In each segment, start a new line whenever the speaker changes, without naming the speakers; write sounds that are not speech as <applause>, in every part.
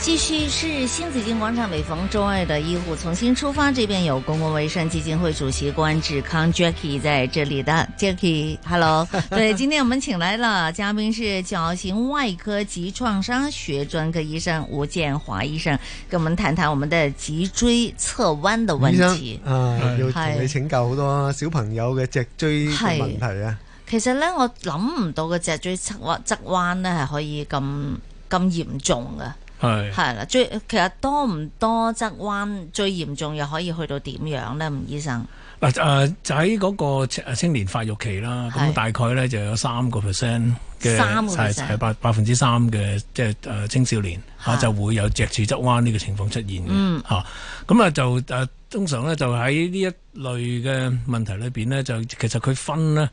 继续是新紫金广场，每逢周二的医护重新出发，这边有公共卫生基金会主席关志康 Jackie 在这里的 Jackie，Hello，对，今天我们请来了嘉宾是矫形外科及创伤学专科医生吴建华医生，跟我们谈谈我们的脊椎侧弯的问
醫生
题。
Ờ.
啊，要
係
同你請教好多小朋友嘅脊椎嘅問題啊，
其實咧，我諗唔到個脊椎側彎側彎咧係可以咁咁嚴重啊嘅。
係
係啦，最其實多唔多側彎，最嚴重又可以去到點樣咧？吳醫生，
嗱誒、呃就喺嗰個青青年發育期啦，
係
咁大概咧就有三個 percent 嘅，
3%
係係百百分之三嘅，即係誒青少年
嚇
啊就會有脊柱側彎呢個情況出現
嗯
嘅嚇。咁啊就誒、呃通常咧就喺呢一類嘅問題裏邊咧，就其實佢分咧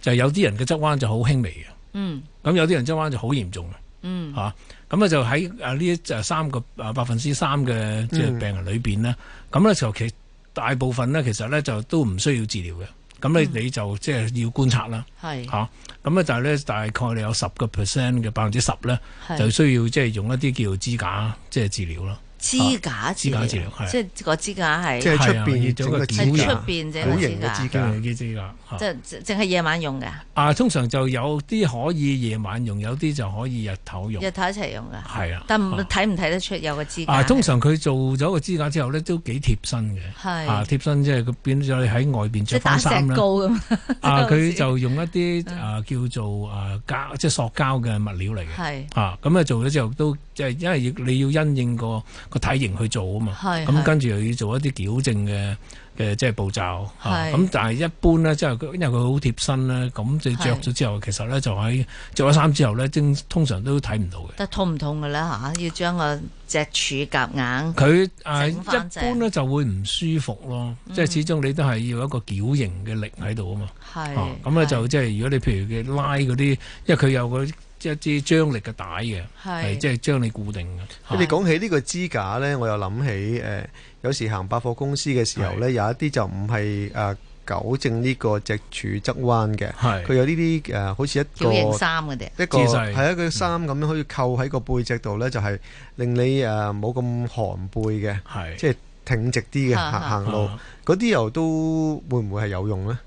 就有啲人嘅側彎就好輕微嘅，
嗯
咁有啲人側彎就好嚴重嘅。啊
嗯
嚇。咁咧就喺啊呢一就三個啊百分之三嘅
嗯
即係病人裏邊咧，咁咧就其大部分咧其實咧就都唔需要治療嘅，咁
嗯
你你就即係要觀察啦
係
嚇。咁咧但係咧大概你有十個 percent 嘅百分之十咧就
係
需要即係用一啲叫做支架即係治療咯，
支架治療，
啊支架治療係
即係個支架
即
係
係出
係啊要
邊
做
整
一個
係
個支
指
出
架，
邊整個
好
支
型嘅
架
支，
即
架
係，呢啲支架嚇
即。係淨淨係夜晚用嘅，
啊，通常就有啲可以夜晚用，有啲就可以日頭用
日，頭一齊用嘅。
係啊。
但唔
啊
睇唔睇得出有個支
啊，
架？
通常佢做咗個支架之後咧，都幾貼身嘅。
係
啊，貼身即係佢變咗你喺外邊
即
着
係打
翻
石
衫啦。
膏
<laughs>
嗯咁， <laughs>
啊，佢
好
就用一啲啊叫做啊膠，即係塑膠嘅物料嚟嘅。
係
啊，咁啊做咗之後都即係因為要你要因應個個體型去做啊嘛。
係
咁
係
跟住又要做一啲矯正嘅嘅即係步驟。啊
係
咁但係一般咧，即係佢因為佢好貼身咧，咁你着咗之後，其實咧就喺着咗衫之後咧，經通常都睇唔到嘅。
但痛唔痛嘅咧嚇？要將個脊柱夾硬。
佢啊一
整返嗯正
般咧就會唔舒服咯，即係始終你都係要有一個矯形嘅力喺度啊嘛。
係
啊咁
係
咧就即係如果你譬如佢拉嗰啲，因為佢有個一支張力嘅帶嘅，係即係將你固定嘅。哦
你講起呢個支架呢，我又諗起誒、呃有時行百貨公司嘅時候呢，有一啲就唔係誒糾正呢個脊柱側彎嘅，
係
佢有呢啲誒好似一
叫型
個。
衫嗰啲啊，
一個
姿勢
係一個衫咁樣可以扣喺個背脊度呢，就係、令你誒冇咁寒背嘅，
係
即係挺直啲嘅
啊
行
啊
行路
啊。
嗰啲又都會唔會係有用呢？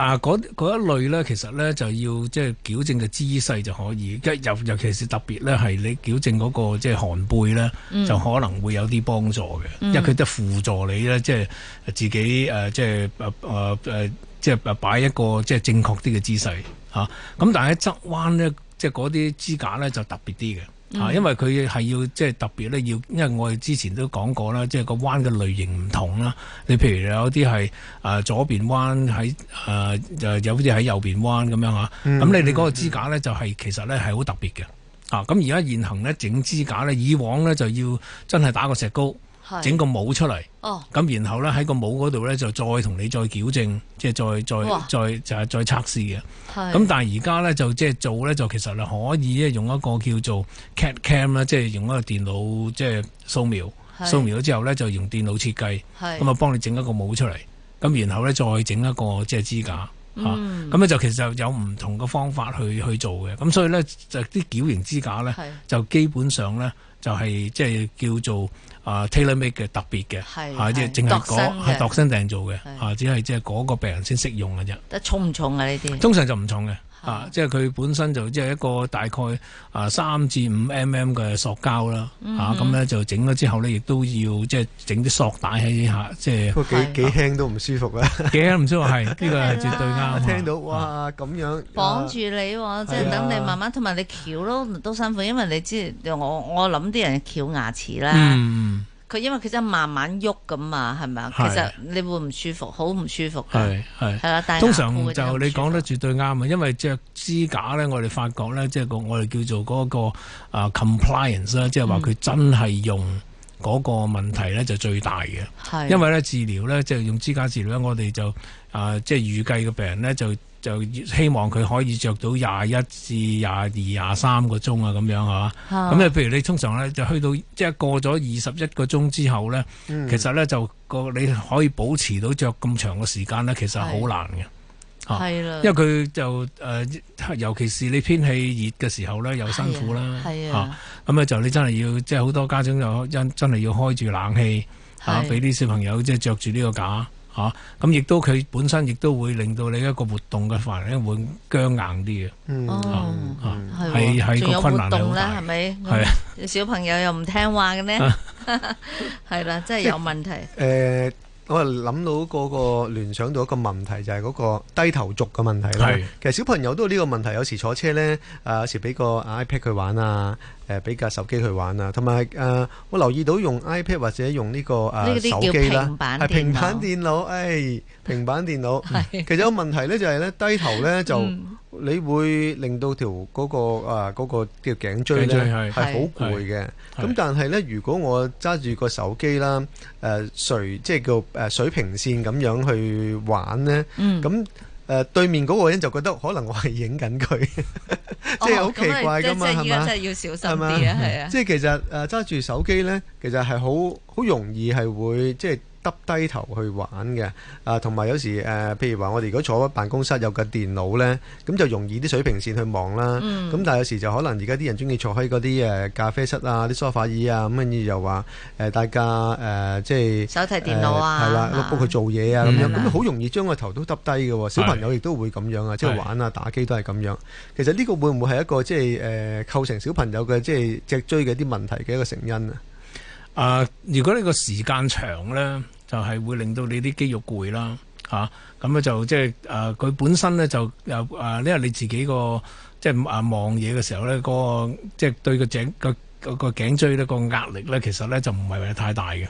啊，嗰嗰一類咧，其實咧就要即係矯正嘅姿勢就可以，跟尤尤其是特別咧係你矯正嗰、個即係寒背咧，
嗯
就可能會有啲幫助嘅，因為佢都輔助你咧，即係自己誒、呃即係誒誒誒，即係擺一個即係正確啲嘅姿勢嚇。咁、但係喺側彎咧，即係嗰啲支架咧就特別啲嘅。
嗯
啊，因為佢係要即係特別咧，要因為我哋之前都講過啦，即係個彎嘅類型唔同啦。你譬如有啲係誒左邊彎喺誒誒有啲喺右邊彎咁樣啊嚇，咁、
嗯
你哋嗰個支架咧就係、其實咧係好特別嘅。啊，咁而家現行咧整支架咧，以往咧就要真係打個石膏，
係
整個帽出嚟，
哦，
咁然後咧喺個帽嗰度咧就再同你再矯正，即係再再
哇
再就係再測試嘅。
係
咁但係而家咧就即係做咧就其實係可以咧用一個叫做 CAD cam 啦，即係用一個電腦即係掃描，
係
掃描咗之後咧就用電腦設計，
係
咁啊幫你整一個帽出嚟，咁然後咧再整一個即係支架。嚇
嗯
咁咧就其實有唔同嘅方法去去做嘅，咁所以咧就啲矯形支架咧
係
就基本上咧就係即係叫做啊 tailor made 嘅特別嘅，
係
啊即係淨係
度身
嗰
嘅
係度身訂做嘅，
係
啊只係即係嗰個病人先適用嘅啫。
但重唔重啊？呢啲
通常就唔重嘅，啊，即係佢本身就即係一個大概啊三至五 mm 嘅塑膠啦，啊，咁咧就整咗之後咧，亦都要即係整啲索帶喺下，即係
不過幾
係
幾輕都唔舒服啊！
幾唔需要係呢個係絕對
我
啱。啊
聽到哇咁樣
綁住你喎，即係
係啊
等你慢慢，同埋你翹咯都辛苦，因為你知我我諗啲人翹牙齒啦，
嗯，
佢因為佢真係慢慢喐咁嘛，係咪啊？其
係
實你會唔舒服，好唔舒服㗎，
係係。
係啊啦，但
通常就你講得絕對啱啊，因為着支架咧，我哋發覺咧，即係個我哋叫做嗰、個啊 compliance 啦，即係話佢真係用嗰個問題咧就最大嘅。
係
因為咧治療咧即係用支架治療咧，我哋就啊、即係預計嘅病人咧就就希望佢可以着到廿一至廿二、廿三個鐘啊咁樣係嘛。咁
咁
咧，譬如你通常咧就去到即係過咗二十一個鐘之後咧，
嗯
其實咧就個你可以保持到着咁長嘅時間咧，其實係好難嘅。啊
係啦，
因為佢就誒、呃尤其是你天氣熱嘅時候咧，又辛苦啦，
係
啊
啊，
咁咧就你真係要，即係好多家長就真真係要開住冷氣啊，
係
俾啲小朋友即係着住呢個架嚇，咁亦都佢本身亦都會令到你一個活動嘅範圍咧會僵硬啲嘅，
嗯
哦，
啊
係
係
喎
係
仲有
個
活
困難係
動
好
咧，係
大
咪？
係啊
咁小朋友又唔聽話嘅呢？
啊
<laughs> 係啦，真係有問題。
誒，我係諗到嗰個聯想到一個問題，就係嗰個低頭族嘅問題啦
係。
其實小朋友都有呢個問題，有時坐車呢，啊有時俾個 iPad à, 佢玩啊，誒俾架手機佢玩啊，同埋誒我留意到用 iPad 或者用呢個
呢
誒
啲
啊手
叫
機啦
平，板
係
電
平板
腦
電腦，誒平板電腦。
係
其實有個問題呢，就係呢低頭呢就。
嗯
你會令到條嗰、個啊嗰、個叫頸椎
頸
咧
椎
係
係
好攰嘅。
係
咁但係咧，如果我揸住個手機啦，誒、垂即係叫誒水平線咁樣去玩咧，
嗯
咁誒、對面嗰個人就覺得可能我係影緊佢， <laughs> 即係好
哦咁啊
奇怪
即
㗎
即係
嘛，係
而家
嘛？
真係要小心啲啊，係啊。
即係其實誒揸住手機呢，其實係好好容易係會即係耷低頭去玩嘅。啊，同埋有時誒、呃譬如話我哋如果坐喺辦公室有個電腦呢，咁就容易啲水平線去望啦。
嗯
咁、但係有時就可能而家啲人中意坐喺嗰啲誒咖啡室啊、啲梳化椅啊，咁跟住又話誒大家誒、呃即係。
手提電腦啊，
誒係啦，碌 o 佢做嘢啊咁
嗯
樣，咁好容易將個頭都耷低嘅喎。小朋友亦都會咁樣啊，即係
係
玩啊、打機都係咁樣。其實呢個會唔會係一個即係誒構成小朋友嘅即係脊椎嘅一啲問題嘅一個成因啊？
啊、如果呢個時間長咧，就係、會令到你啲肌肉攰啦，嚇、咁咧就即係誒佢本身咧就又誒、啊因為你自己個即係啊望嘢嘅時候咧，嗰個即係對個頸個個個頸椎咧個壓力咧，其實咧就唔係話太大嘅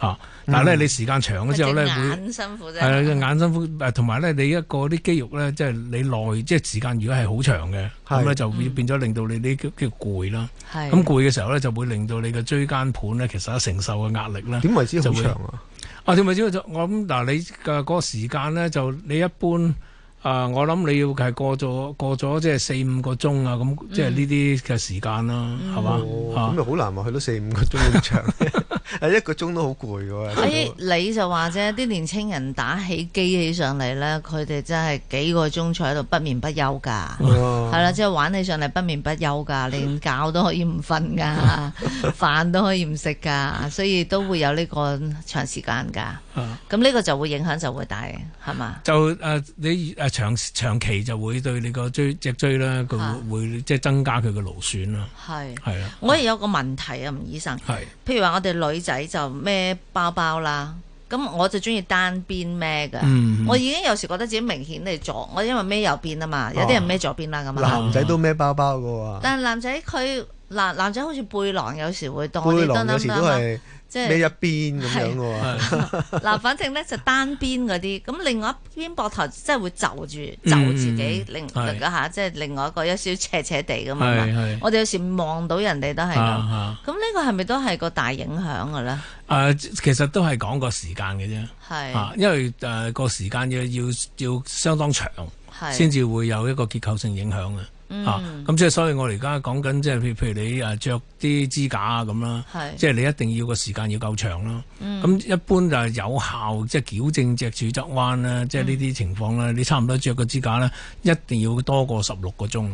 嚇、啊但係咧、
嗯
你時間長咗之後咧
隻
會。
眼辛苦啫，
係啊，隻眼辛苦，誒同埋咧，你一個啲肌肉咧，即係你耐，即係時間如果係好長嘅，咁
係
咧就會變咗令到你啲肌肌肉攰啦。
係
咁攰嘅時候咧，就會令到你嘅椎間盤咧，其實承受嘅壓力咧。
點為之好
就會
長啊？
啊，點咪知道我諗嗱，你嘅嗰個時間咧，就你一般啊、我諗你要係過咗過咗即係四五個鐘啊，咁即係呢啲嘅時間啦，係嘛、
哦
啊
咁咪好難話去到四五個鐘咁長， <laughs> 誒一個鐘都好攰嘅
哎
喎。
你就話啫，啲年青人打起機起上嚟咧，佢哋真係幾個鐘坐喺度不眠不休噶。
哦
係啦，即係玩起上嚟不眠不休
<laughs>
噶，連覺都可以唔瞓噶，飯都可以唔食噶，所以都會有呢個長時間噶。
啊
咁呢個就會影響就會大，係嘛？
就誒、呃你誒、呃、長長期就會對你個椎脊椎咧，佢
啊
會會即係增加佢嘅勞損啦，
係。
係啊，
我亦有個問題啊，吳醫生。
係
譬如話我哋女仔就孭包包啦，咁我就中意單邊孭噶。
嗯
啊我已經有時覺得自己明顯地左，我因為孭右邊啊嘛，有啲人孭左邊啦咁啊。
哦男仔都孭包包嘅喎，
但係男仔佢男男仔好似背囊有時會當我
背
哋
囊
得
有
諗
時
諗
都
啊
係
即
孭一
係
邊咁樣嘅喎。
<laughs> 嗱，反正咧就單邊嗰啲，咁另外一邊膊頭即係會就住就自己，
嗯
另
係
另一下即係另外一個有少少斜斜地噶啊嘛。係
係
咪
係
我哋有時望到人哋都係
啊
咁，
啊
咁呢個係咪都係個大影響嘅咧？
誒，其實都係講個時間嘅啫。
係
啊，因為誒個、時間要要要相當長，
係嗯
先至會有一個結構性影響嘅。啊，咁即係所以我哋而家講緊即係譬譬如你誒著啲支架啊咁啦，
係嗯
即係你一定要個時間要夠長啦。咁、一般就係有效即係矯正脊柱側彎啦，即係呢啲情況
嗯
啦，你差唔多着個支架咧，一定要多過十六個鐘嘅。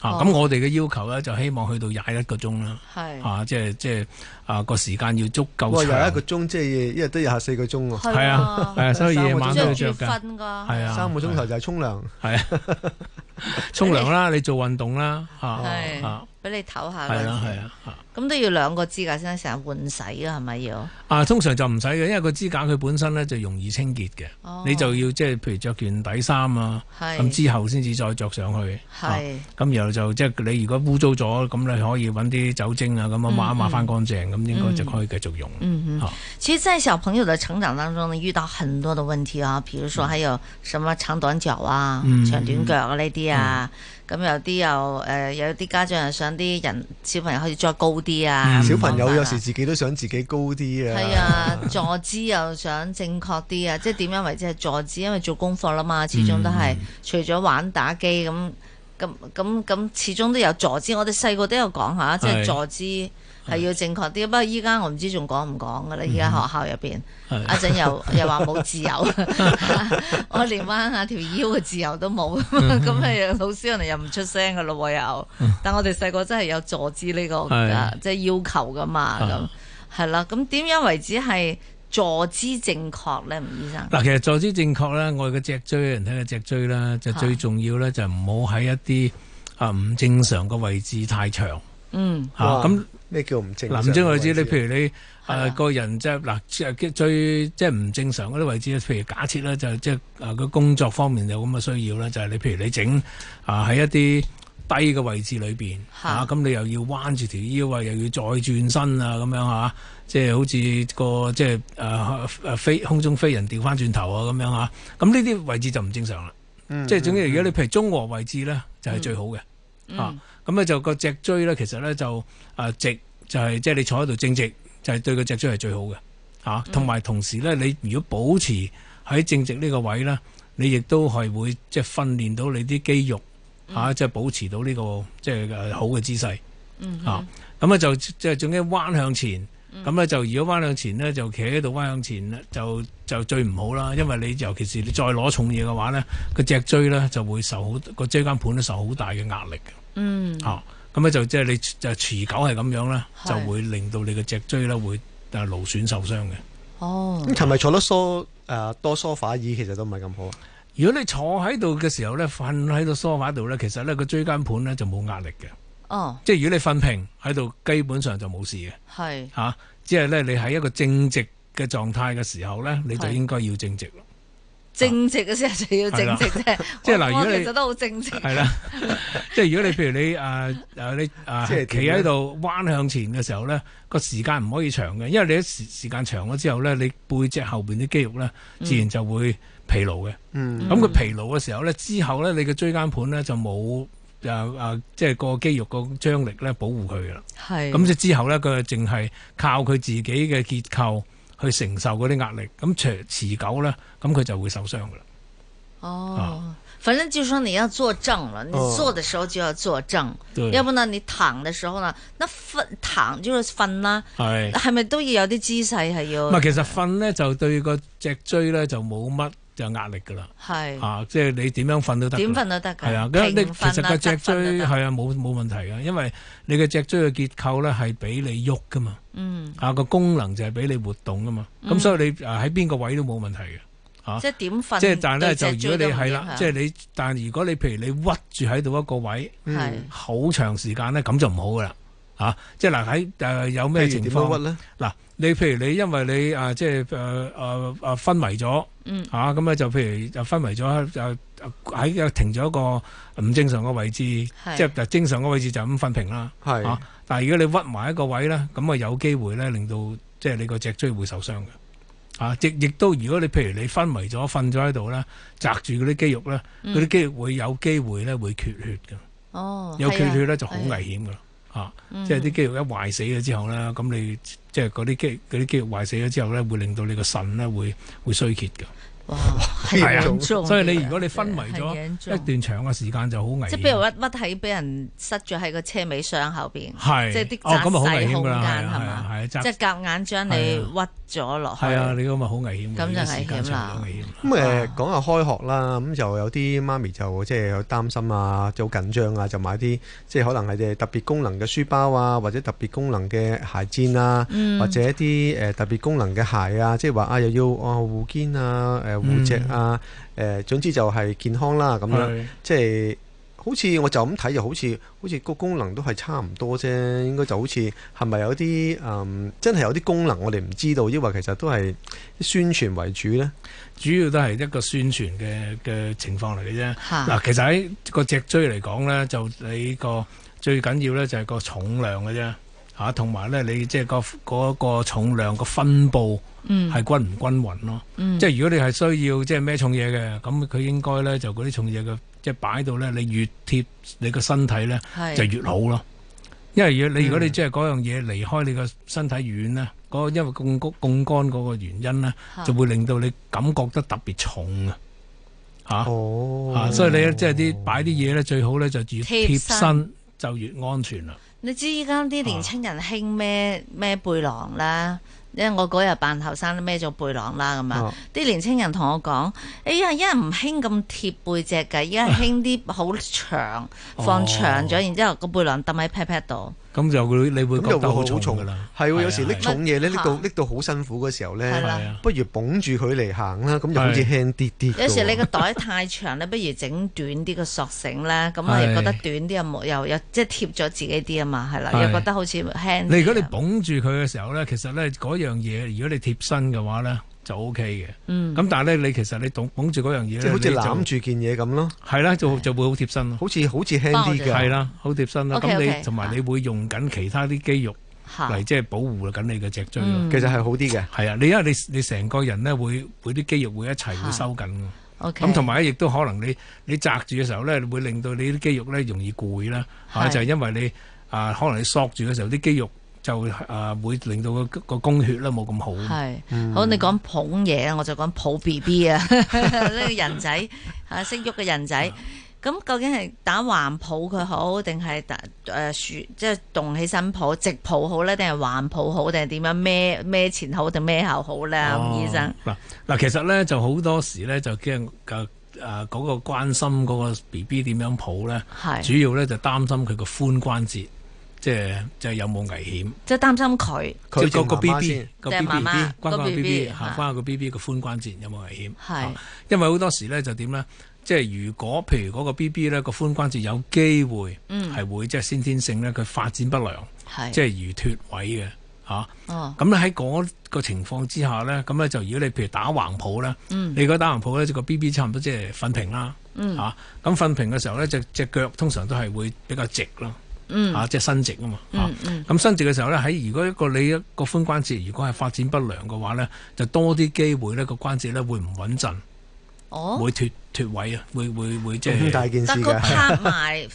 啊，
哦
咁、我哋嘅要求咧就希望去到廿一個鐘啦。
係
啊，即係即係啊個時間要足
哇，
夠
有一
長
個。鐘即係啊一日都廿四個鐘喎，
係啊，係啊，所以夜晚都
着
要
住
着㗎。
瞓噶，
係啊，
三個鐘頭就係沖涼。
係啊，
<laughs>
沖涼啦，你做運動啦，嚇
係
啊，
俾你唞下嗰
係啦，
陣時
係啊，嚇
咁都要兩個支架先成日換洗啊，係咪要？
啊，通常就唔使嘅，因為個支架佢本身咧就容易清潔嘅，
哦
你就要即係譬如着件底衫啊，
係
咁之後先至再着上去，啊
係
咁然後就即係你如果污糟咗，咁你可以揾啲酒精啊，咁啊抹一抹翻乾淨，咁應該就可以繼續用。
嗯哼
好，
其實，在小朋友的成长当中呢，遇到很多的问题啊，比如说还有什么长短脚啊、
嗯
长短脚啊呢啲啊，咁有啲又誒、呃有啲家長又想啲人小朋友可以再高啲啊，
嗯
小朋友有
時
時自己都想自己高啲啊。
係啊，坐姿又想正確啲啊，即係點樣為之係坐姿？因為做功課啦嘛，始終都係、除咗玩打機咁咁咁咁，始終都有坐姿。我哋細個都有講下，即係
係
坐姿係要正確啲。不過依家我唔知仲講唔講噶啦，依家學校入邊。
係
阿陣又又話冇自由，我連彎下條腰嘅自由都冇，咁係老師可能又唔出聲噶咯喎又。但我哋細個真係有坐姿呢個
係
啊即係要求噶嘛
啊
咁，係啦。咁點樣為止係坐姿正確咧，吳醫生？
嗱，其實坐姿正確咧，我哋嘅脊椎人體嘅脊椎啦，就
嚇
最重要咧，就唔好喺一啲啊唔正常嘅位置太長
嗯，
嚇。
哇
咁
咩叫唔正常？
嗱，唔正我知你，譬如你
係啊
誒個人即係嗱，即係最即係唔正常嗰啲位置，譬如假設咧，就即係誒個工作方面有咁嘅需要啦，就係你譬如你整啊喺一啲低嘅位置裏邊
嚇
嚇，咁你又要彎住條腰啊，又要再轉身啊，咁樣嚇，即係好似個即係誒誒飛空中飛人掉翻轉頭啊，咁樣嚇，咁呢啲位置就唔正常啦。
如
即係總之，如果你譬如中和位置咧，就係最好嘅。
嗯
啊，咁咧就個脊椎咧，其實咧就啊直就係即係你坐喺度正直，就係、對個脊椎係最好嘅
嗯
啊。同埋同時咧，你如果保持喺正直呢個位咧，你亦都係會即係訓練到你啲肌肉嚇、啊即係保持到呢、個即係誒好嘅姿勢
嗯
啊。咁啊就即係總之彎向前。咁咧就如果彎向前咧，就企喺度彎向前咧，就就最唔好啦，因為你尤其是你再攞重嘢嘅話咧，個脊椎咧就會受好個椎間盤咧受好大嘅壓力嘅。
嗯，
啊，咁咧就即係你就持久係咁樣咧，
係
就會令到你嘅脊椎咧會誒勞損受傷嘅。
哦
咁，尋日坐得梳誒多梳化椅，其實都唔係咁好啊。
如果你坐喺度嘅時候咧，瞓喺個梳化度咧，其實咧個椎間盤咧就冇壓力嘅，
哦，
即係如果你瞓平喺度，基本上就冇事嘅
係，
嚇、啊只係咧你喺一個正直嘅狀態嘅時候咧，你就
係
應該要正直啦。
正直嘅時候就要正直啫。
<laughs> 即係
我
嗱如果
我
你啊
其實都好正直，
係
<laughs>
啦，即係如果你譬如你誒誒你
即
誒
係點
企
咧
喺度彎向前嘅時候咧，個時間唔可以長嘅，因為你一時時間長咗之後咧，你背脊後邊啲肌肉咧，自然就會疲勞嘅。
嗯，
咁佢疲勞嘅時候咧，之後咧你嘅椎間盤咧就冇誒誒，即係個肌肉個張力咧保護佢噶啦。
係
嗯
咁即之後咧，佢淨係靠佢自己嘅結構去承受嗰啲壓力，咁長持久咧，咁佢就會受傷噶啦。啊
哦，反正就说你要坐正了，你
哦
坐的时候就要坐正，
對
要不呢你躺的时候呢，那瞓躺就是瞓啦，
係。
系咪都要有啲姿勢係要
唔係，其實瞓咧就對個脊椎咧就冇乜就壓力㗎啦，
係
啊，即係你點樣瞓都得
嗯
㗎啦。
點瞓都得㗎，
係啊，咁你
平
其實
瞓啦，
個脊
側瞓
椎
都得
係啊冇冇問題㗎，因為你嘅脊椎嘅結構咧係俾你喐㗎嘛，
嗯，
啊個功能就係俾你活動㗎嘛，咁所以你啊喺邊個位都冇問題嘅。啊
即係點瞓，
即係但係咧，就
對脊
如
椎
果
都
你
唔
係
影
啦，
響
即係你，但係如果你譬如你屈住喺度一個位
係
好長時間咧，咁就唔好㗎啦，啊，即係嗱喺誒有咩
咩
情
情
況
況屈咧？
嗱，你譬如你因為你啊，即係誒誒誒昏迷咗，
嗯
嚇啊咁咧就譬如就昏迷咗，誒喺個停咗一個唔正常嘅位置，即
係
係嗱正常嘅位置就咁瞓平啦。
係
啊，但係如果你屈埋一個位咧，咁啊有機會咧令到即係你個脊椎會受傷嘅。啊，亦亦都如果你譬如你昏迷咗、瞓咗喺度咧，擲住嗰啲肌肉咧，嗰啲肌肉會有機會咧會缺血嘅。
嗯哦，
有缺血
係啊
咧就好危，險噶啦，啊，
嗯
即係啲肌肉一壞死咗之後咧，咁你即係嗰啲肌嗰啲肌肉壞死咗之後咧，會令到你個腎咧會會衰竭噶， <laughs>
哇，
係
係
啊
嚴重嘅，
所以你如果你昏迷咗
係嚴重
一段長嘅時間就好危
即係譬
險。
如屈屈喺俾人塞咗喺個車尾箱後邊，
係
即係啲
哦咁啊好危
窄細
險
空
㗎
間係
啦係啊係
嘛
啊，
即
窄
係夾硬將你屈咗落去。
係啊，你咁咪好危險㗎，
咁就
呢個時間
危險啦
長咗危險啦。
咁誒講下開學啦，咁就有啲媽咪就即係有擔心啊，就好緊張啊，就買啲即係可能係特別功能嘅書包啊，或者特別功能嘅鞋墊啊，
嗯
或者一啲誒、呃特別功能嘅鞋啊，即係話啊又要啊護肩啊、誒、護脊啊、誒、總之就係健康啦咁樣，
係
即係。好似我就咁睇，就好似好似個功能都係差唔多啫，應該就好似係咪有啲嗯真係有啲功能我哋唔知道，抑或其實都係宣傳為主呢？
主要都係一個宣傳嘅嘅情況嚟嘅啫。
嚇
嗱，其實喺個脊椎嚟講咧，就你個最緊要咧就係個重量嘅啫，嚇，同埋咧你即係個嗰個重量個分佈
嗯
係均唔均勻咯。
嗯
即係如果你係需要即係孭重嘢嘅，咁佢應該咧就嗰啲重嘢嘅即係擺到咧，你越貼你個身體咧
係
就越好咯。因為如果你如果你即係嗰樣嘢離開你個身體遠咧，嗰、因為槓桿槓桿嗰個原因咧，
嚇
就會令到你感覺得特別重啊嚇。
哦，
啊，所以你即係啲擺啲嘢咧，最好咧就越
貼
貼
身
身就越安全啦。
你知依家啲年青人興咩咩背囊啦，因為我嗰日扮後生都孭咗背囊啦咁啊
哦，
啲年青人同我講：哎呀，一唔興咁貼背脊㗎，依家興
<laughs>
啲好長，
哦
放長咗，然之後個背囊揼喺 pat pat 度。
<laughs> 咁就會你會
咁
覺
就
得好
會
重
好重
㗎啦。
係喎，有時
係
拎
啊
重嘢咧，拎到
嚇
拎到好辛苦嘅時候
係
咧
啦，
係啊
不如捧住佢嚟行啦，咁就好似
係
輕啲啲㗎喎。
有時你個袋太長咧，不如整短啲個索繩咧，咁啊
係
又覺得短啲又冇又又即係貼咗自己啲啊嘛，係啦，
係
又覺得好似輕啲啊。
你如果你捧住佢嘅時候咧，其實咧嗰樣嘢，如果你貼身嘅話咧，就 O K 嘅。
嗯
咁但係咧，你其實你捧捧住嗰樣嘢
即
咧，
係好似
你就
攬住件嘢咁咯，
係啦，就就會好貼身咯。
好似好似輕
包住
啲
係
嘅
係。啦，好貼身啦。咁
OK，OK，
你同埋你會用緊其他啲肌肉
嚇
嚟即係保護緊你嘅脊椎
啊嗯
咯。
其實係好啲嘅，
係啊，你因為你你成個人咧會會啲肌肉會一齊會收緊㗎
OK，
咁同埋咧，亦都可能你你擲住嘅時候咧，會令到你啲肌肉咧容易攰啦，
係
啊就係因為你啊，可能你索住嘅時候，啲肌肉就啊會令到個個供血咧冇咁好。
係好，你講捧嘢，我就講抱 B B 啊， <laughs> 呢個人仔啊識喐嘅人仔。
嗯
咁究竟係打橫抱佢好，定係打誒豎即係動起身抱直抱好咧，定係橫抱好，定係點樣孭孭前好定孭後好咧？啊
哦
咁醫生
嗱嗱，其實咧就好多時咧就驚嘅啊嗰個關心嗰個 B B 點樣抱咧，
係
主要咧就擔心佢個髋關節，即係即係有冇危險。
即係擔心佢
佢
即係個
定
個
媽媽
BB
先
個
即係
BB
媽媽
關
個啊
關
BB
BB
嚇
嚇，關個 BB 個髖關節有冇危險？
係
嚇因為好多時咧就點咧，即係如果譬如嗰個 BB 咧個髖關節有機會
嗯
係會即係先天性咧佢發展不良，
係
即係如脱位嘅嚇。
哦
咁咧喺嗰個情況之下咧，咁咧就如果你譬如打橫抱咧，
嗯
你如果打橫抱咧，個 B B 差唔多即係瞓平啦，
嗯
嚇咁瞓平嘅時候咧，只只腳通常都係會比較直咯，
嗯
嚇即係伸直啊嘛，嚇
嗯嗯
咁伸直嘅時候咧，喺如果一個你一個髋關節如果係發展不良嘅話咧，就多啲機會咧個關節咧會唔穩陣，
哦，
會脱脱位啊，會會會即
咁大
係
件事
但佢
嘅，
拍 <laughs> 埋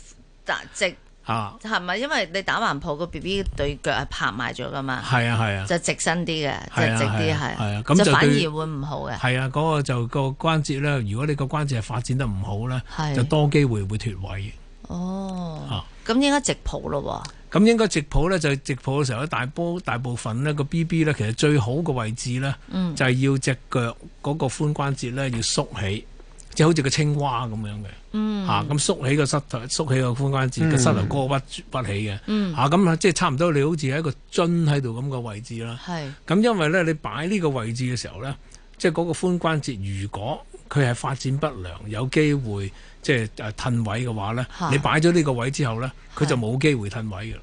打直
啊，
係咪？因為你打橫抱個 B B 對腳係拍埋咗噶嘛。
係啊係啊，
就直身啲嘅，
係
就
啊
直啲
係啊係
係，
啊咁就
就反而
對
會唔好嘅。
係啊，嗰個就個關節咧，如果你個關節係發展得唔好咧
係，
就多機會會脱位。
哦
啊，
咁應該直抱咯
咁應該直抱咧，就直抱嘅時候咧，大波大部分咧個 B B 咧，其實最好嘅位置咧，
嗯
就係要只腳嗰個髋關節咧要縮起，即係好似個青蛙咁樣嘅。嗯，嚇咁縮起個膝頭，縮起個髖關節，個膝頭哥屈住屈起嘅。嗯，嚇咁啊，即係差唔多你好似喺一個樽喺度咁嘅位置啦
喎，。係
咁因為咧，你擺呢個位置嘅時候咧，即係嗰個髋關節，如果佢係發展不良，有機會即係誒褪位嘅話咧
嚇，
你擺咗呢個位之後咧，佢就
係
冇機會褪位嘅，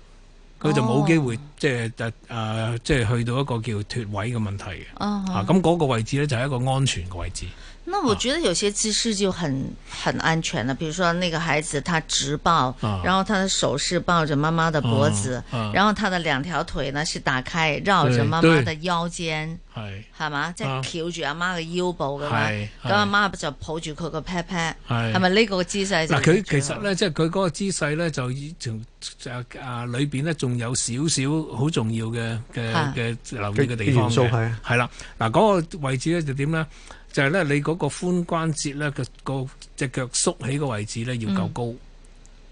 佢就
哦
冇機會即係誒誒，即係去到一個叫脱位嘅問題嘅。啊，
啊。
咁嗰個位置咧就係一個安全嘅位置。
那我覺得有些姿勢就很很安全了，比如說那個孩子他直抱
啊，
然後他的手是抱着媽媽的脖子
啊啊，
然後他的兩條腿呢是打開繞着
對
媽媽
對
的腰間。
係
係嘛？即係
啊
翹住阿媽嘅腰部咁樣
係，
咁
係
阿媽就抱住佢個 pat pat，
係
係咪呢個姿勢就
嗱，
最
佢其
好
實咧，即係佢嗰個姿勢咧，就已從就啊裏邊咧，仲有少少好重要嘅嘅
嚇
嘅留意嘅地
嘅
方
元素係
嘅
啊，
係啦。嗱，嗰個位置咧就點咧？就係咧，你嗰個髋關節咧嘅個隻腳縮起個位置咧要
嗯
夠高，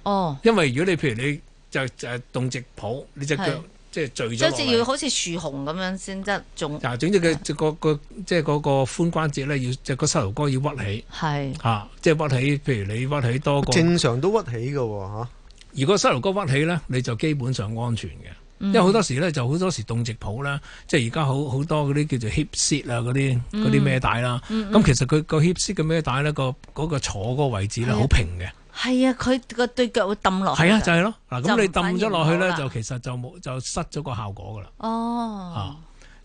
哦，
因為如果你譬如你就就係動直抱，你隻
係
腳即係聚
即係
咗
好似要
落嚟。
好似樹熊咁樣先得，仲
嗱，總之佢個個即係嗰個髋關節咧，要隻個膝頭哥要屈起
係
嚇、即係屈起。譬如你屈起多過
正常都屈起嘅喎嚇。
如果膝頭哥屈起咧，你就基本上安全嘅。
嗯
因為好多時咧，就好多時動直抱啦，即係而家好好多嗰啲叫做 hip seat 啊，嗰啲
嗯
嗰啲孭帶啦。咁、其實佢個 hip seat 嘅孭帶咧，個嗰個坐嗰個位置咧
係啊
好平嘅。
係啊，佢個對腳會抌落去㗎。
係啊，就係咯。嗱，
哦就
咁你
反而
揼咗
唔
落去
好
咧，
啦
就其實就冇就失咗個效果噶啦。
哦
啊，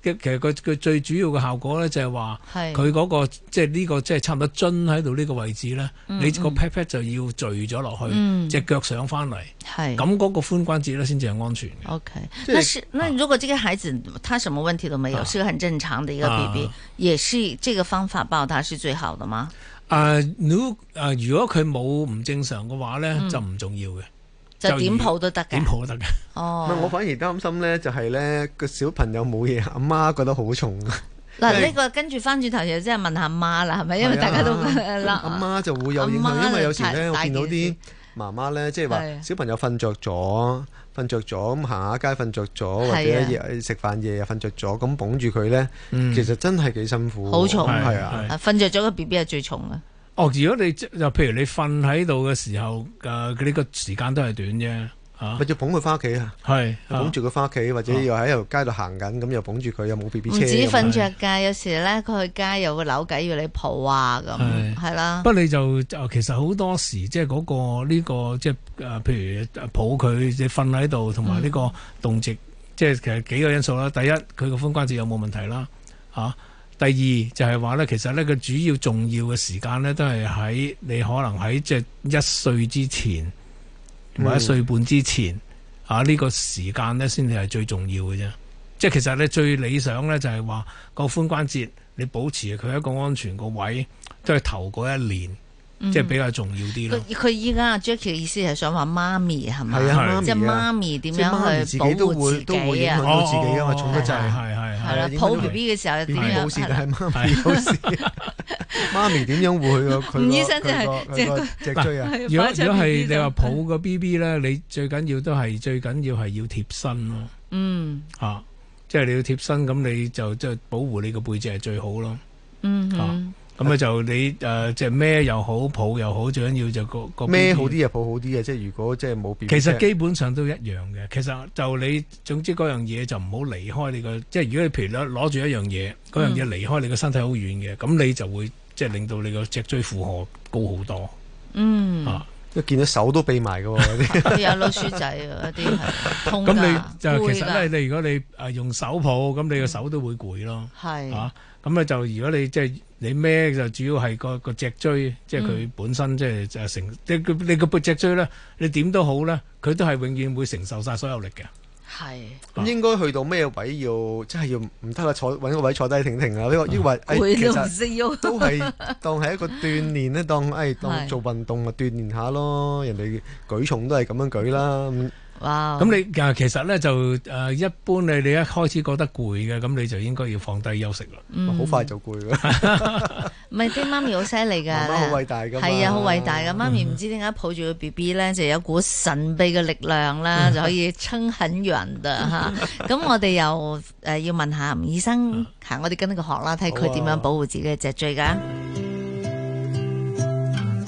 其其實佢佢最主要嘅效果咧就係話
係
佢嗰個即係呢個即係差唔多樽喺度呢個位置咧，你個 pat pat 就要聚咗落去，
嗯
隻腳上翻嚟，
係
咁嗰個髋關節咧先至係安全嘅。
OK，
这
那是那如果这个孩子他什么问题都没有，
啊
是个很正常的一个 BB，、
啊
也是这个方法抱他是最好的吗？
啊，如啊，如果佢冇唔正常嘅話咧，就唔重要嘅，
就
就
點
以
抱都得
點
嘅。
抱都得嘅。
哦
唔係，，我反而擔心咧，就係咧個小朋友冇嘢，阿媽覺得好重。啊
嗱
即係
呢個跟住翻轉頭就即係問下媽啦，係咪？因為
係啊
大家都
<laughs>
啦，
阿媽就會有影
阿媽
響，因為有時
太
咧我
大
見到
件
啲
事
媽媽咧，即係話
係
小朋友瞓着咗，瞓着咗咁行下街瞓着咗，或者
係啊
夜食飯夜又瞓着咗，咁綁住佢咧，
嗯
其實真係幾辛苦。
好重
係啊，
啊瞓着咗個 B B 係最重啊嘅。
哦，如果你即就譬如你瞓喺度嘅時候，呃誒佢呢個時間都係短啫，嚇
咪要捧佢翻屋企啊！
係
捧
啊
住佢翻屋企，或者又喺條街度行緊，咁又捧住佢，又冇 B B
唔
車。
止瞓着㗎，有時咧佢去街又會扭計要你抱啊咁，
係
係啦
不。過你就就其實好多時即係嗰個呢個即係誒，譬如呃抱佢即係瞓喺度，同埋呢個動靜，即係其實幾個因素啦。第一，佢個髋關節有冇問題啦，嚇、第二就係話咧，其實咧佢主要重要嘅時間咧，都係喺你可能喺即係一歲之前，或者一歲半之前啊呢、個時間咧，先至係最重要嘅啫。即係其實咧最理想咧就係話個髋關節你保持佢一個安全個位，都係頭嗰一年，
嗯
即係比較重要啲
佢
咯。
佢依家啊 Jackie 嘅意思係想話媽咪係咪？
係
係
啊，
即係
媽咪啊
媽，咪點
即係媽
樣
咪自
去
己
保
都
護
會
自
都會
己
影
啊？
響到自己㗎嘛重得滯
係係
係啦
係。
係，啊
抱
影響到
B B 嘅時候又
B
點
B
樣？
冇事，
係啦
但係啊媽咪 <laughs> 有事。媽咪點樣會佢個佢個
吳醫生真係
佢個
即係
佢個脊椎啊？
如果
擺
如
上
果
BB
係你
就
話抱個 B B 咧，你最緊要都係最緊要係要貼身咯。
嗯
啊，即係你要貼身，咁你就即係保護你個背脊係最好咯。
嗯哼
啊咁咧就你誒、呃即係孭又好，抱又好，最緊要就個個
孭
BB
好啲啊，抱好啲啊，即係如果即係冇 B B，
其實基本上都一樣嘅，其實就你總之嗰樣嘢就唔好離開你個，即係如果你譬如攞攞住一樣嘢，嗰樣嘢
嗯
離開你個身體好遠嘅，咁你就會即係令到你個脊椎負荷高好多、
嗯，
啊！
都見到手都避
<laughs>
埋嘅喎，嗰啲
有老鼠仔啊，有啲係痛㗎
咁你就其
攰
實
㗎
咧，你如果你誒用手抱，咁
嗯
你個手都會攰咯
係
啊！咁咧就如果你即係你孭就主要係個個脊椎，即係佢本身即係就承，即係佢你個脊椎咧，你點都好咧，佢都係永遠會承受晒所有力嘅。
係
咁應該去到咩位要真係要唔得啦，坐揾個位坐低停停啦。
<laughs>
呢個抑或誒其
攰到唔
實
識喐，
都係當係一個鍛煉咧，當誒當
係
做運動咪鍛煉下咯。人哋舉重都係咁樣舉啦，咁
哇！
咁你啊，其實咧就誒、呃一般你你一開始覺得攰嘅，咁你就應該要放低休息啦。
嗯
好快就攰啦。
唔係啲媽咪好犀利㗎，
媽媽好偉大㗎嘛嗯
係啊，好偉大㗎。媽咪唔知點解抱住個 B B 咧，就有股神秘嘅力量
嗯
啦，就可以撐很遠
<laughs>
的嚇。咁我哋又誒要問下吳醫
嗯
生，行我哋跟佢學啦，睇
啊
佢點樣保護自己嘅脊椎㗎。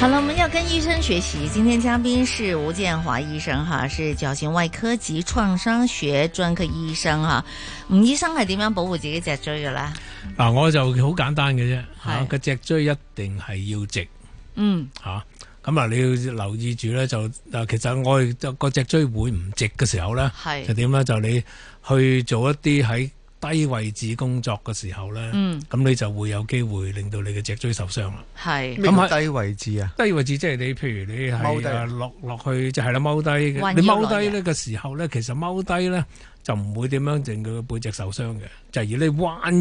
好了，我们要跟医生学习。今天嘉宾是吴建华医生哈，是矫形外科及创伤学专科医生哈。吴医生系点样保护自己脊椎嘅咧？
嗱、我就好簡單嘅啫，嚇
係
個脊椎一定係要直
嗯，
嚇。咁啊，你要留意住咧，就嗱，其實我哋個脊椎會唔直嘅時候咧，
係
就點咧？就你去做一啲喺低位置工作嘅時候咧，咁、
嗯
你就會有機會令到你嘅脊椎受傷啦。
系
咩
咁
叫
係
低位置啊？
低位置即係你，譬如你
踎低
係啊落落去就係啦，踎低
彎腰
嘅。你踎
落嚟
低呢個時候咧，其實踎低咧就唔會點樣令佢背脊受傷嘅，就係而你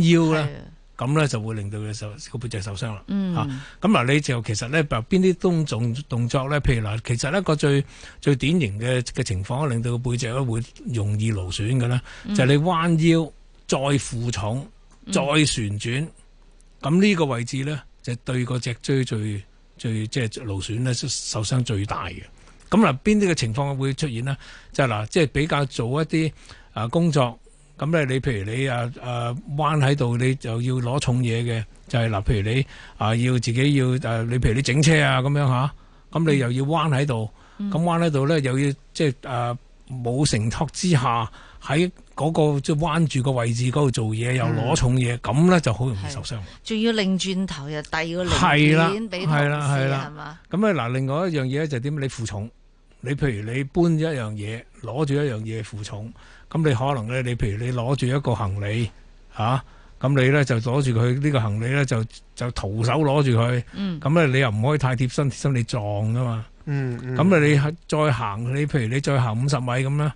彎腰咧，咁咧就會令到佢受個背脊受傷啦。
嗯
嚇咁嗱，你就其實咧，邊啲動動動作咧？譬如嗱，其實一個最最典型嘅嘅情況，令到個背脊咧會容易勞損嘅咧，就係你彎腰再負重再旋轉，咁呢個位置咧就對個脊椎最最即係勞損咧受傷最大嘅。咁嗱，邊啲嘅情況會出現呢？就係嗱，即係比較做一啲啊工作咁咧，你譬如你啊啊彎喺度，你就要攞重嘢嘅，就係、嗱，譬如你啊要自己要誒、啊你譬如你整車啊咁樣吓，咁你又要彎喺度，咁彎喺度咧又要即係誒冇承托之下喺嗰、個即係彎住個位置嗰度做嘢，又攞重嘢，咁咧、就好容易受傷。
仲要擰轉頭又遞個
係
零
啦
件俾同事
係啦係啦
係嘛？
咁啊咧嗱，另外一樣嘢咧就係點？你負重，你譬如你搬一樣嘢，攞住一樣嘢負重，咁你可能咧，你譬如你攞住一個行李嚇，啊咁、你咧就攞住佢呢個行李咧就就徒手攞住佢，
嗯
咁咧你又唔可以太貼身，貼身你撞噶嘛。
嗯嗯，
咁你係再行，你譬如你再行五十米咁啦，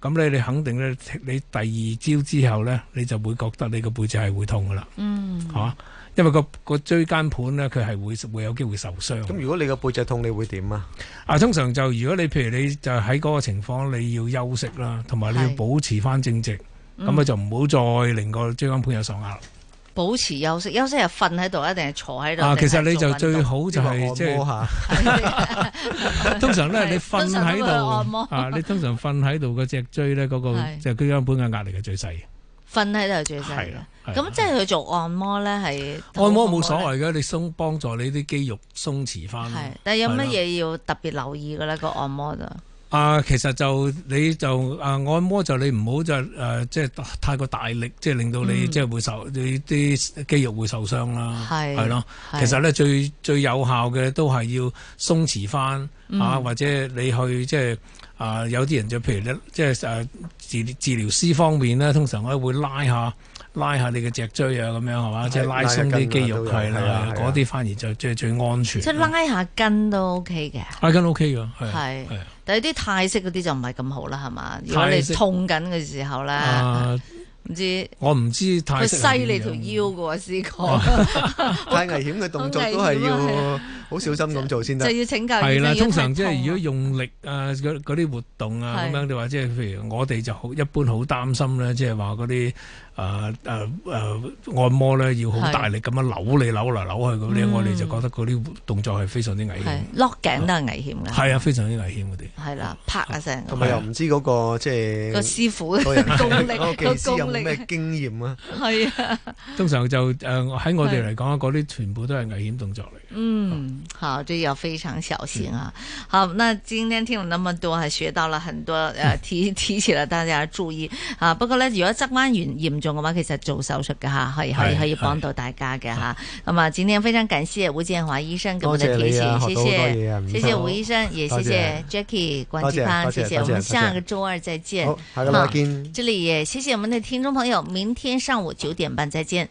咁你你肯定咧，你第二朝之後咧，你就會覺得你個背脊係會痛噶啦，
嗯，
嚇、因為個個椎間盤咧，佢係會會有機會受傷。
咁如果你個背脊痛，你會點啊？
啊，通常就如果你譬如你就喺嗰個情況，你要休息啦，同埋你要
係
保持翻正直，
嗯
咁啊就唔好再令個椎間盤有受壓啦。
保持休息，休息係瞓喺度，一定係坐喺度。
啊，
定
其
係
實你就
做運
最
動
好就係即
呢個按摩
係
<laughs>
下，
通常咧，
係
你瞓喺
通常都會按摩
度啊，你通常瞓喺度嗰隻椎咧，嗰個
係
就椎間盤嘅壓力係最細嘅。
瞓喺度最細
係
嘅
啦。係啦
咁即係佢做按摩咧，係
按摩冇所謂嘅，你鬆幫助你啲肌肉鬆弛翻。
係，但係有乜
啊係啦
嘢要特別留意嘅咧？個按摩就
啊，其實就你就啊按摩就你唔好就誒、呃即係太過大力，即係令到你、
嗯
即係會受你啲肌肉會受傷啦，
係
係咯。
係
其實咧最最有效嘅都係要鬆弛翻、
嗯
啊，或者你去即係啊有啲人就譬如你即係誒、呃治治療師方面咧，通常咧會拉下拉下你嘅脊椎啊咁樣係嘛，即係拉鬆啲肌肉
拉下筋
係啦，
啊都有係啊係啊
嗰啲反而就即係最安全。
即係拉下筋都 OK 嘅。
拉筋 OK 㗎，係
係
係啊。
但係啲泰式嗰啲就唔係咁好啦，係嘛？如果你
泰式
痛緊嘅時候咧，
啊
唔知
我唔知
佢
泰式係
西你
點樣
條腰嘅喎，試過 <laughs>
哦
太危險嘅動作都係
好危險啊
要好小心咁做先
就
得。
要請教醫
係
生。
啦，
如果
通常
太
即
痛
係如果
啊
用力啊，嗰嗰啲活動啊
係
咁樣，你話即係譬如我哋就好一般好擔心咧，即係話嗰啲啊誒誒誒呃按摩咧要好大力咁樣扭你扭嚟扭去咁咧，
嗯
我哋就覺得嗰啲動作係非常之危險
啊係，落頸都係危險嘅，
係啊，啊非常之危險嗰啲。
係啦，啪一聲啊
同埋又唔知嗰個即
個
係
師
<laughs>
傅
個人
功力
嗰個技
個
師有
功
冇
力
咩經驗啊？
係啊，
通常就誒喺我哋嚟講，嗰啲全部都係危險動作嚟。
嗯，好，這要非常小心啊。
嗯
好，那今天聽了那麼多，還學到了很多，
<laughs>
呃，提提起了大家注意啊。不過呢，如果側彎嚴嚴重嘅話，其實做手術嘅吓，可以可以
係
可以幫到大家嘅吓。咁啊，今天非常感謝吳建華醫生給我們的
多謝
提
你
醒，
啊
謝
學到好多嘢啊
謝，
唔
謝
錯
謝吳醫生，也謝
多
謝
謝
Jackie 關
多
志
謝
康，謝謝。
多謝多謝
我們
多謝
下個周二再見
好，。下個禮
好
拜見。
这里也谢谢我们的听众朋友，明天上午九点半再见。